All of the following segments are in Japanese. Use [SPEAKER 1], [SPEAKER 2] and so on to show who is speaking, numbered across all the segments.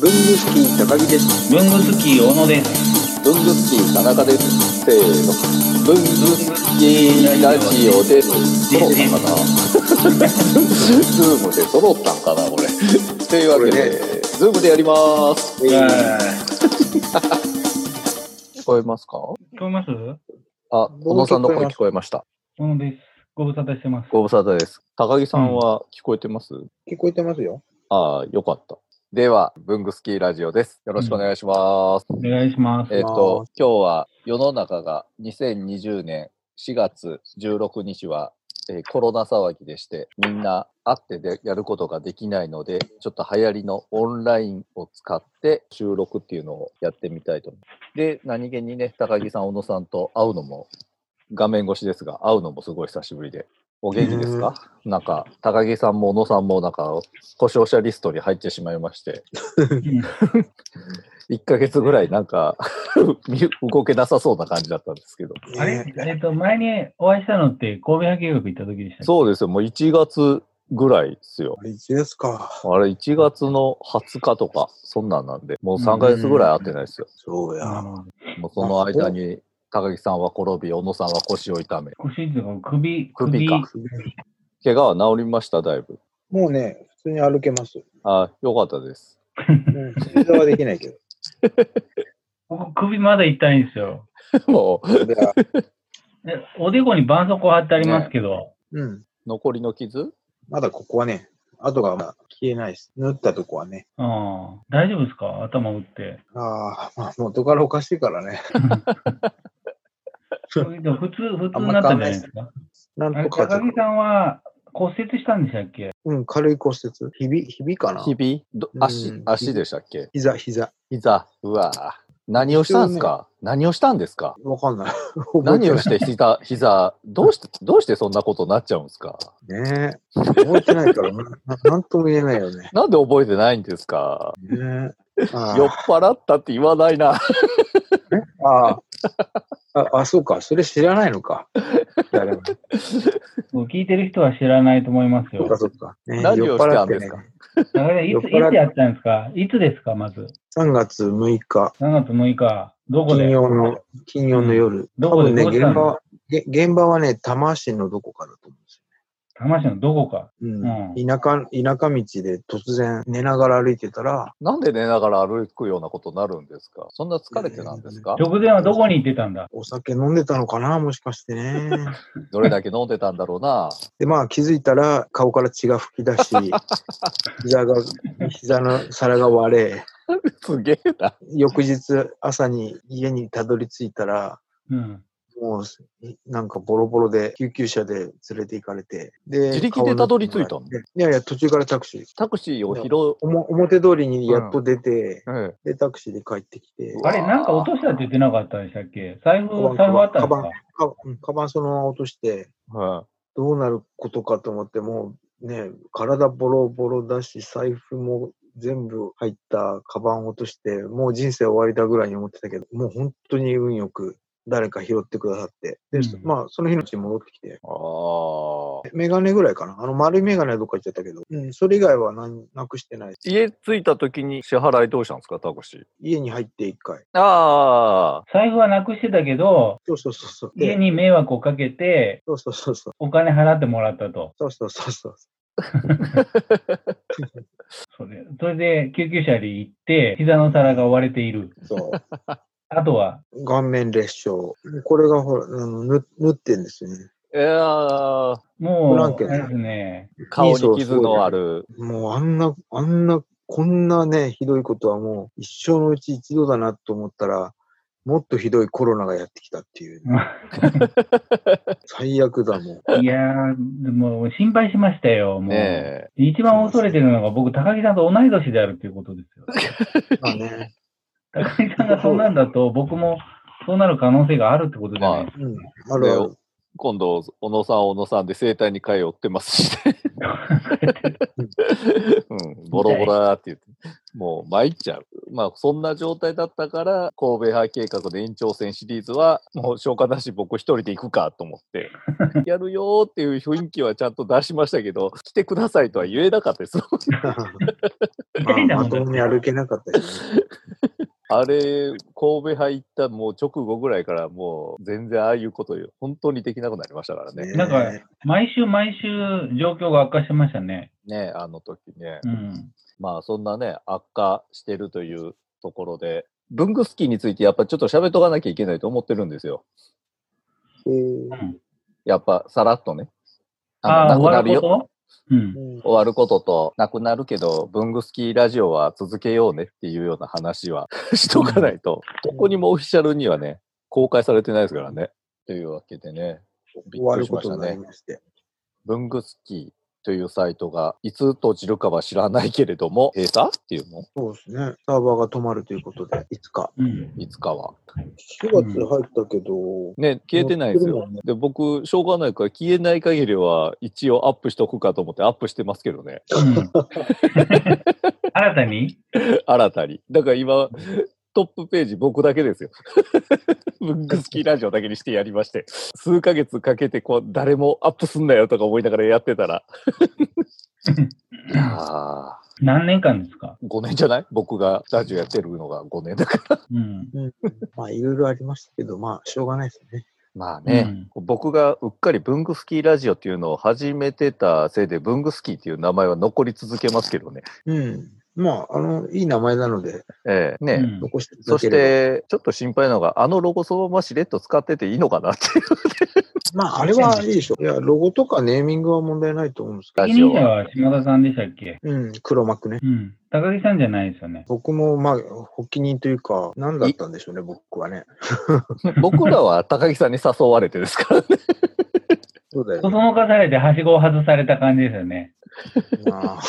[SPEAKER 1] 文具スキー高木です
[SPEAKER 2] 文具好き小野です。
[SPEAKER 1] 文具スキー田中ですせーの文具スキーラジオです揃ったかなズームで揃ったんかなこれ というわけで、ズームでやります
[SPEAKER 2] 聞
[SPEAKER 1] 聞こえますか
[SPEAKER 2] こえます
[SPEAKER 1] あ小野さんの声聞こえました
[SPEAKER 2] 小野です。ご無沙汰してます。
[SPEAKER 1] ご無沙汰です高木さんは聞こえてます、
[SPEAKER 3] 聞こえてますよ。
[SPEAKER 1] ああよかったでは文具スキーラジオですよろしくお願いします、
[SPEAKER 2] お願いします。
[SPEAKER 1] えっ、
[SPEAKER 3] ま
[SPEAKER 1] と、今日は世の中が2020年4月16日は、えーコロナ騒ぎでして、みんな会ってでやることができないので、ちょっと流行りのオンラインを使って収録っていうのをやってみたいと思う。で、何気にね、高木さん、小野さんと会うのも、画面越しですが、会うのもすごい久しぶりで。お元気ですかなんか、高木さんも小野さんもなんか、故障者リストに入ってしまいまして、
[SPEAKER 2] うん
[SPEAKER 1] 1ヶ月ぐらいなんか、 み動けなさそうな感じだったんですけど。
[SPEAKER 2] あれえっと、前にお会いしたのって神戸派計画行った時でしたっ
[SPEAKER 1] そうですよ。もう1月ぐらいですよ
[SPEAKER 3] あ。れ一ですか。
[SPEAKER 1] あれ、1月の20日とか、そんなんなんで、もう3ヶ月ぐらい会ってないですよ。
[SPEAKER 3] そう
[SPEAKER 2] け
[SPEAKER 3] や。
[SPEAKER 1] もうその間に、高木さんは転び、小野さんは腰を痛め。
[SPEAKER 2] 腰とか首、
[SPEAKER 1] 首か怪我は治りました、だいぶ。
[SPEAKER 3] もうね、普通に歩けます。
[SPEAKER 1] あよかったです。
[SPEAKER 3] うん。膝はできないけど。
[SPEAKER 2] 僕、首まだ痛いんですよ。
[SPEAKER 1] もう、
[SPEAKER 3] では
[SPEAKER 2] えおでこに絆創膏貼ってありますけど、
[SPEAKER 3] うん。
[SPEAKER 1] 残りの傷
[SPEAKER 3] まだここはね、跡がまだ消えないです。縫ったとこはね。
[SPEAKER 2] うん大丈夫ですか頭打って。
[SPEAKER 3] ああ、まあ元からおかしいからね。
[SPEAKER 2] でも普通、普通になったんじゃないですか。
[SPEAKER 3] なん
[SPEAKER 2] あれ
[SPEAKER 3] とか
[SPEAKER 2] 高木
[SPEAKER 3] と
[SPEAKER 2] さんは骨折したんでしたっけ
[SPEAKER 3] うん、軽い骨折。ひび、ひびかな
[SPEAKER 1] ひびど
[SPEAKER 3] う
[SPEAKER 1] 足
[SPEAKER 3] ん
[SPEAKER 1] 足でしたっけ
[SPEAKER 3] 膝、膝。
[SPEAKER 1] 膝。うわぁ何をしたんですか、何をしたんですか
[SPEAKER 3] わかんない。
[SPEAKER 1] 何を
[SPEAKER 3] 覚
[SPEAKER 1] して膝、膝、どうして、どうしてそんなことになっちゃうんですか
[SPEAKER 3] えてないねえ。覚えてないからな、ななんとも言えないよね。
[SPEAKER 1] なんで覚えてないんですか
[SPEAKER 3] ねえ。あ
[SPEAKER 1] 酔っ
[SPEAKER 3] ー
[SPEAKER 1] 払ったって言わないな。
[SPEAKER 3] あー。あ、あそうか。それ知らないのか。誰も。
[SPEAKER 2] もう聞いてる人は知らないと思います
[SPEAKER 3] そ
[SPEAKER 2] よ
[SPEAKER 3] う。か、そうか。ね
[SPEAKER 1] 何をしてたんです
[SPEAKER 3] 酔っ払
[SPEAKER 1] か
[SPEAKER 3] ってね
[SPEAKER 2] 高木さんい
[SPEAKER 3] 酔っ
[SPEAKER 2] つ、
[SPEAKER 3] 払っ
[SPEAKER 2] いつやったんですかいつですかまず。
[SPEAKER 3] 3月6日、
[SPEAKER 2] 3月6日、どこ
[SPEAKER 3] 金
[SPEAKER 2] で
[SPEAKER 3] 曜の、金曜の夜。
[SPEAKER 2] どこで
[SPEAKER 3] 多分ね、
[SPEAKER 2] どうし
[SPEAKER 3] 現
[SPEAKER 2] たの
[SPEAKER 3] 場は、げ現場はね、多摩市のどこかだと思うんです
[SPEAKER 2] 魂のどこか。
[SPEAKER 3] よ。
[SPEAKER 2] う
[SPEAKER 3] うん。
[SPEAKER 2] ん。
[SPEAKER 3] 田舎、田舎道で突然寝ながら歩いてたら、
[SPEAKER 1] なんで寝ながら歩くようなことになるんですかそんな疲れてなんですか
[SPEAKER 2] 直前はどこに行ってたんだ
[SPEAKER 3] お酒飲んでたのかなもしかしてね。
[SPEAKER 1] どれだけ飲んでたんだろうな。
[SPEAKER 3] で、まあ気づいたら顔から血が吹き出し、 膝が、膝の皿が割れ、
[SPEAKER 1] すげえな。
[SPEAKER 3] 翌日朝に家にたどり着いたら、
[SPEAKER 2] うん。
[SPEAKER 3] もう、いなんかボロボロで、救急車で連れて行かれて。で、
[SPEAKER 1] 自力でたどり着いたの
[SPEAKER 3] 顔の中にいやいや、途中からタクシー。
[SPEAKER 1] タクシーを拾
[SPEAKER 3] おも表通りにやっと出て、
[SPEAKER 1] う。うん
[SPEAKER 3] で、タクシーで帰ってきて
[SPEAKER 1] う、わ
[SPEAKER 2] あれ、なんか落としたって言ってなかったんでしたっけ財布、財布あったんですか
[SPEAKER 3] かうんカバンそのまま落として、
[SPEAKER 1] うん。
[SPEAKER 3] どうなることかと思って、もうね、体ボロボロだし、財布も全部入ったカバン落として、もう人生終わりだぐらいに思ってたけど、もう本当に運よく誰か拾ってくださって、で、
[SPEAKER 2] うん
[SPEAKER 3] まあ、その日のうちに戻ってきて、
[SPEAKER 1] ああ。
[SPEAKER 3] メガネぐらいかな。あの丸いメガネはどっか行っちゃったけど、うん、それ以外は何なくしてないです。
[SPEAKER 1] 家着いた時に支払いどうしたんですかタクシー。
[SPEAKER 3] 家に入って一回。
[SPEAKER 1] ああ。
[SPEAKER 2] 財布はなくしてたけど、
[SPEAKER 3] そうそうそうそう。
[SPEAKER 2] 家
[SPEAKER 3] で、
[SPEAKER 2] に迷惑をかけて、
[SPEAKER 3] そうそうそうそう。
[SPEAKER 2] お金払ってもらったと。
[SPEAKER 3] そうそうそ うそう。
[SPEAKER 2] それそれで、救急車で行って、膝の皿が割れている。
[SPEAKER 3] そう。
[SPEAKER 2] あとは、
[SPEAKER 3] 顔面裂傷。これがほら、あの縫縫ってんですよね。
[SPEAKER 1] いやー
[SPEAKER 2] もう、
[SPEAKER 3] ブ
[SPEAKER 2] あ
[SPEAKER 3] ラ
[SPEAKER 2] れ
[SPEAKER 3] ンケット
[SPEAKER 2] ですね。
[SPEAKER 1] 顔に傷のある。
[SPEAKER 3] もうあんな、あんな、こんなね、ひどいことはもう一生のうち一度だなと思ったら、もっとひどいコロナがやってきたっていう。最悪だもん。
[SPEAKER 2] いやー、でも心配しましたよ、もう。
[SPEAKER 1] ね
[SPEAKER 2] 一番恐れてるのが僕、高木さんと同い年であるということですよ。
[SPEAKER 3] まあね。
[SPEAKER 2] 高木さんがそうなんだと、僕もそうなる可能性があるってことじゃないです
[SPEAKER 3] うん。あるある。
[SPEAKER 1] 今度、小野さん、小野さんで生体に通ってますし ね。
[SPEAKER 2] か。
[SPEAKER 1] うん、ボロボロだって言って。もう参っちゃう。まあ、そんな状態だったから、神戸派計画の延長戦シリーズは、もう消化なし僕一人で行くかと思 って、やるよーっていう雰囲気はちゃんと出しましたけど、来てくださいとは言えなかったです。
[SPEAKER 3] まあ、まともに歩けなかったですね。
[SPEAKER 1] あれ、神戸派行ったもう直後ぐらいから、もう全然ああいうこと、本当にできなくなりましたからね。
[SPEAKER 2] なんか
[SPEAKER 3] ね
[SPEAKER 2] 毎週毎週状況が悪化してましたね。
[SPEAKER 1] ね、あの時ね。
[SPEAKER 2] うん。
[SPEAKER 1] まあ、そんなね、悪化してるというところで、文具スキーについてやっぱちょっと喋っとかなきゃいけないと思ってるんですよ。
[SPEAKER 3] えー
[SPEAKER 1] やっぱさらっとね。
[SPEAKER 2] ああ、
[SPEAKER 1] のなくなる
[SPEAKER 2] 終わる
[SPEAKER 1] よ。
[SPEAKER 2] ことうん。
[SPEAKER 1] 終わることと、なくなるけど、文具スキーラジオは続けようねっていうような話は しとかないと、どこにもオフィシャルにはね、公開されてないですからね。というわけでね、びっ
[SPEAKER 3] 終わ
[SPEAKER 1] くり
[SPEAKER 3] る
[SPEAKER 1] しま
[SPEAKER 3] こ
[SPEAKER 1] し
[SPEAKER 3] と
[SPEAKER 1] た
[SPEAKER 3] になり
[SPEAKER 1] ね。
[SPEAKER 3] まして。
[SPEAKER 1] 文具スキーというサイトが、いつ閉じるかは知らないけれども、閉鎖っていうの
[SPEAKER 3] そうですね。サーバーが止まるということで、いつか。
[SPEAKER 2] うん。
[SPEAKER 1] いつかは。
[SPEAKER 3] 4月入ったけど、
[SPEAKER 1] ね、消えてないんです
[SPEAKER 3] 乗
[SPEAKER 1] よ
[SPEAKER 3] っ てるもんね。
[SPEAKER 1] で、僕、しょうがないから、消えない限りは、一応アップしとくかと思ってアップしてますけどね。
[SPEAKER 2] うん新たに
[SPEAKER 1] 新たに。だから今、トップページ僕だけですよ。 文具好きラジオだけにしてやりまして。数ヶ月かけて、こう、誰もアップすんなよとか思いながらやってたら。いやー、
[SPEAKER 2] 何年間ですか
[SPEAKER 1] 5年じゃない僕がラジオやってるのが5年だから。
[SPEAKER 2] うん。
[SPEAKER 3] うん、まあいろいろありましたけど、まあしょうがないですね。
[SPEAKER 1] まあね、僕がうっかり文具スキーラジオっていうのを始めてたせいで、文具スキーっていう名前は残り続けますけどね。
[SPEAKER 3] うん。まあ、あの、いい名前なので、
[SPEAKER 1] ええね、
[SPEAKER 2] うん
[SPEAKER 3] 残していた
[SPEAKER 1] そ
[SPEAKER 3] だ
[SPEAKER 1] し
[SPEAKER 3] けれ
[SPEAKER 1] て、ちょっと心配なのが、あのロゴそのまましれっと使ってていいのかなっていう。
[SPEAKER 3] ば。まあ、あれはいいでしょ。いや、ロゴとかネーミングは問題ないと思うんですけ
[SPEAKER 1] ラ
[SPEAKER 2] 責
[SPEAKER 1] ジオは
[SPEAKER 2] 任者は島田さんでしたっけ
[SPEAKER 3] ど、うん、黒幕ね。
[SPEAKER 2] うん。高木さんじゃないですよね。
[SPEAKER 3] 僕も、まあ、発起人というか、何だったんでしょうね、僕はね。
[SPEAKER 1] 僕らは高木さんに誘われてですからね。
[SPEAKER 3] そうだよ
[SPEAKER 2] そそ
[SPEAKER 3] ね。
[SPEAKER 2] のかされて、はしごを外された感じですよね。
[SPEAKER 3] まあ、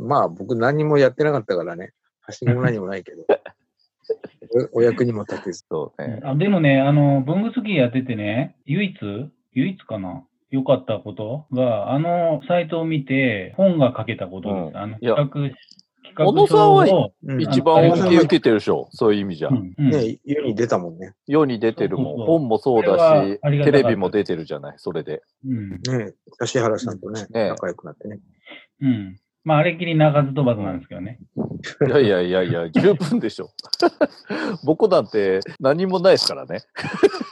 [SPEAKER 3] まあ、僕何もやってなかったからね。走りも何もないけど。おお役にも立てず。
[SPEAKER 1] そうね。
[SPEAKER 2] あでもね、あの、文具スキーやっててね、唯一唯一かな良かったことが、あのサイトを見て、本が書けたことです。
[SPEAKER 1] うん
[SPEAKER 2] あの、
[SPEAKER 1] いや
[SPEAKER 2] 企画、
[SPEAKER 1] 小
[SPEAKER 2] 企
[SPEAKER 1] 野
[SPEAKER 2] 画
[SPEAKER 1] さん
[SPEAKER 2] 書
[SPEAKER 1] は
[SPEAKER 2] を、
[SPEAKER 3] うん
[SPEAKER 1] 一番恩恵受けてるでしょ。そういう意味じゃ。
[SPEAKER 2] うんうん
[SPEAKER 3] ね、世に出たもんね。
[SPEAKER 1] 世に出てる
[SPEAKER 2] そうそ
[SPEAKER 1] もん。
[SPEAKER 2] う
[SPEAKER 1] 本もそう
[SPEAKER 2] そ
[SPEAKER 1] だ
[SPEAKER 2] れは
[SPEAKER 1] し、
[SPEAKER 2] ありが
[SPEAKER 1] テ
[SPEAKER 2] たか
[SPEAKER 1] レ
[SPEAKER 2] った
[SPEAKER 1] ビも出てるじゃない。それ で。
[SPEAKER 2] うん
[SPEAKER 3] ね、指原さんとね、
[SPEAKER 1] ね
[SPEAKER 3] 仲良くなってね。
[SPEAKER 2] うん。まあ、あれっきり鳴かず飛ばずなんですけどね。
[SPEAKER 1] いやいやいやいや、十分でしょ。 僕なんて何もないですからね。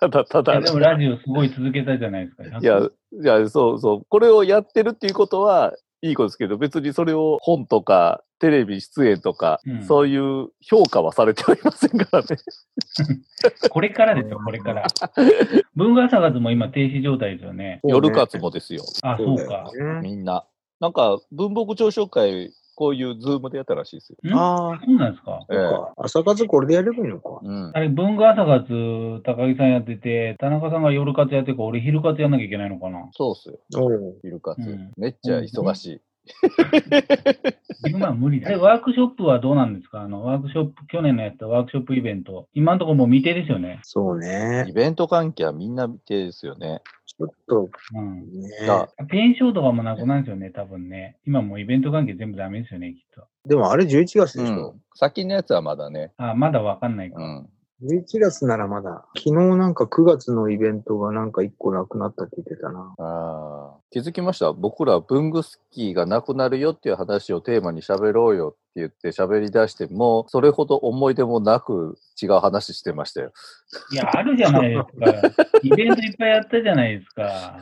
[SPEAKER 1] ただた
[SPEAKER 2] い
[SPEAKER 1] だ
[SPEAKER 2] や。でもラジオすごい続けたじゃないですか。
[SPEAKER 1] いや、いや、そうそう。これをやってるっていうことは、いいことですけど、別にそれを本とか、テレビ出演とか、
[SPEAKER 2] うん
[SPEAKER 1] そういう評価はされておりませんからね。
[SPEAKER 2] これからですよ、こ れから。文化朝活も今停止状態ですよね。
[SPEAKER 1] 夜活もですよ、
[SPEAKER 2] あ、
[SPEAKER 3] そ
[SPEAKER 2] そうう
[SPEAKER 3] だよ
[SPEAKER 2] か。
[SPEAKER 3] ね。ね
[SPEAKER 1] みんな。なんか、文房具朝食会、こういうズームでやったらしいですよ。
[SPEAKER 2] ん
[SPEAKER 3] ああ、
[SPEAKER 2] そうなんですか。
[SPEAKER 1] え
[SPEAKER 3] そっ
[SPEAKER 1] え
[SPEAKER 3] か。朝活これでやればいいのか。
[SPEAKER 1] うん
[SPEAKER 2] あ、れ、文具朝活、高木さんやってて、田中さんが夜活やってるから、俺昼活やんなきゃいけないのかな。
[SPEAKER 1] そうっすよ、
[SPEAKER 3] おう
[SPEAKER 1] 昼活、
[SPEAKER 2] うん
[SPEAKER 1] めっちゃ忙しい。
[SPEAKER 2] 昼間は無理だ。あれ、ワークショップはどうなんですかあの、ワークショップ、去年のやったワークショップイベント。今のところもう未定ですよね。
[SPEAKER 3] そうね。
[SPEAKER 1] イベント関係はみんな見てですよね。
[SPEAKER 3] ちょっと
[SPEAKER 2] うん。
[SPEAKER 3] ね。
[SPEAKER 1] だ
[SPEAKER 2] ペンショーとかもなくなるんですよね、多分ね。今もうイベント関係全部ダメですよね、きっと。
[SPEAKER 3] でもあれ11月
[SPEAKER 1] う
[SPEAKER 3] でし
[SPEAKER 1] ん
[SPEAKER 3] ょ。、
[SPEAKER 1] 先のやつはまだね。
[SPEAKER 2] あ、まだわかんないか。
[SPEAKER 1] うん、
[SPEAKER 3] 11月ならまだ。昨日なんか9月のイベントがなんか1個なくなったって言ってたな。
[SPEAKER 1] あー気づきました僕ら文具スキーがなくなるよっていう話をテーマに喋ろうよって言って喋り出してもそれほど思い出もなく違う話してましたよ。
[SPEAKER 2] いや、あるじゃないで すか。イベントいっぱいやったじゃないですか。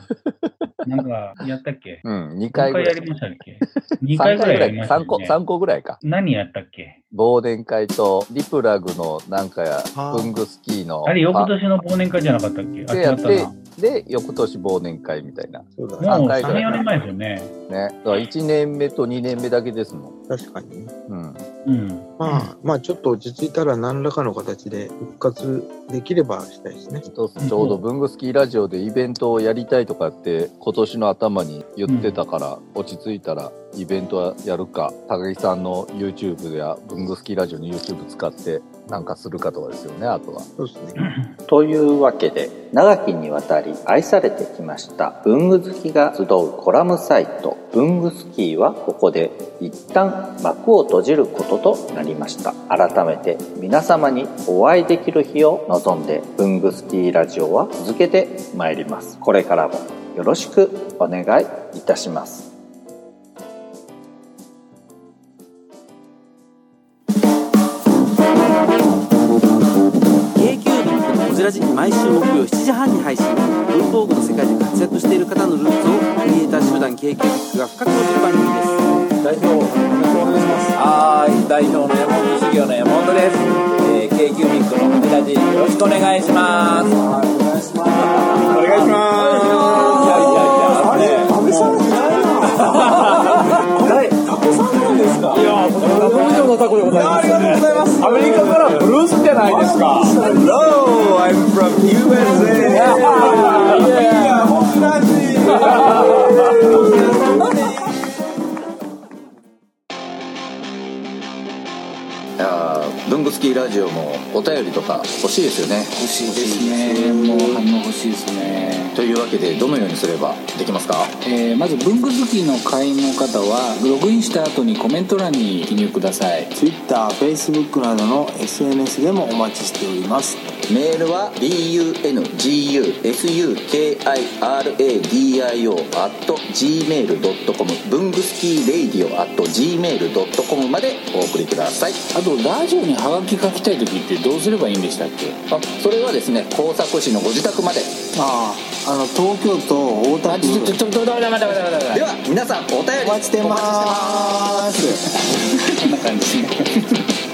[SPEAKER 2] なんか、やったっけ
[SPEAKER 1] うん、2
[SPEAKER 2] ?2 回
[SPEAKER 1] 回ぐら
[SPEAKER 2] や
[SPEAKER 1] い。
[SPEAKER 2] りましたっけ ?2 回ぐらいやりました
[SPEAKER 1] 3
[SPEAKER 2] よ
[SPEAKER 1] 個、
[SPEAKER 2] ね。
[SPEAKER 1] 三個ぐらいか。
[SPEAKER 2] 何やったっけ
[SPEAKER 1] 忘年会とリプラグのなんかや
[SPEAKER 3] あー
[SPEAKER 1] 文具スキーの。
[SPEAKER 2] あれ、翌
[SPEAKER 1] あ
[SPEAKER 2] 年の忘年会じゃなかったっけあ、
[SPEAKER 1] で
[SPEAKER 2] 違
[SPEAKER 1] や
[SPEAKER 2] っ
[SPEAKER 1] ったて
[SPEAKER 2] な。、
[SPEAKER 1] で、翌年忘年会みたいな。ね。
[SPEAKER 3] そうだね。
[SPEAKER 2] も
[SPEAKER 1] 三
[SPEAKER 2] う
[SPEAKER 1] 回
[SPEAKER 2] 3、
[SPEAKER 1] ぐらい
[SPEAKER 2] 4年前ですよね。
[SPEAKER 1] だから1年目と2年目だけですもん。
[SPEAKER 3] 確かにね。
[SPEAKER 1] うん。
[SPEAKER 2] うん。
[SPEAKER 3] まあ、まあちょっと落ち着いたら何らかの形で復活できればしたいですね。
[SPEAKER 1] そうっすちょうど文具スキーラジオでイベントをやりたいとかって今年の頭に言ってたから、落ち着いたらイベントはやるか高木さんの YouTube や文具スキーラジオの YouTube 使って
[SPEAKER 4] なんかするかとかですよね、あとは。
[SPEAKER 3] そうですね。
[SPEAKER 1] というわけで長きにわたり愛されてきました文具好きが集うコラムサイト「文具スキー」はここで一旦幕を閉じることとなりました改めて皆様にお会いできる日を望んで文具スキーラジオは続けてまいりますこれからもよろしくお願いいたします
[SPEAKER 5] こじらじ毎週木曜7時半に配信文房具の世界で活躍している方のルーツをクリエイター集団 KQ ビッグが深く落ちる番組です
[SPEAKER 6] 代表よろしくお願いしますはい代表の山本修行の山本です、えー、K キュービックのホジラジよろしくお願いしますはいお願いしますお願いしますいやいやいやあれ食べされてないなタコさんなんですかいやタコ以上のタコでございますありがとうございますアメリカからブルースじゃないですか Hello I'm from USA いやホジラジ
[SPEAKER 1] いやー文具スキーラジオもお便りとか欲しいですよね
[SPEAKER 7] 欲しいですねもう反応欲しいですね、
[SPEAKER 1] というわけでどのようにすればできますか
[SPEAKER 7] えーまず文具好きの会員の方はログインした後にコメント欄に記入ください
[SPEAKER 8] TwitterFacebook などの SNS でもお待ちしております
[SPEAKER 1] メールは bungusukiradio.gmail.com 文具スキーレイディオ .gmail.com までお送りください
[SPEAKER 7] あとラジオにハガキ書きたい時ってどうすればいいんでしたっけ
[SPEAKER 1] あそれはですね工作士のご自宅まで
[SPEAKER 8] あああの東京都大田
[SPEAKER 7] ちょ
[SPEAKER 8] 区
[SPEAKER 7] ちょちょちょちょちょちょちょちょち
[SPEAKER 1] では皆さんお便り
[SPEAKER 8] お待ちしてます
[SPEAKER 7] ょこんな感じですね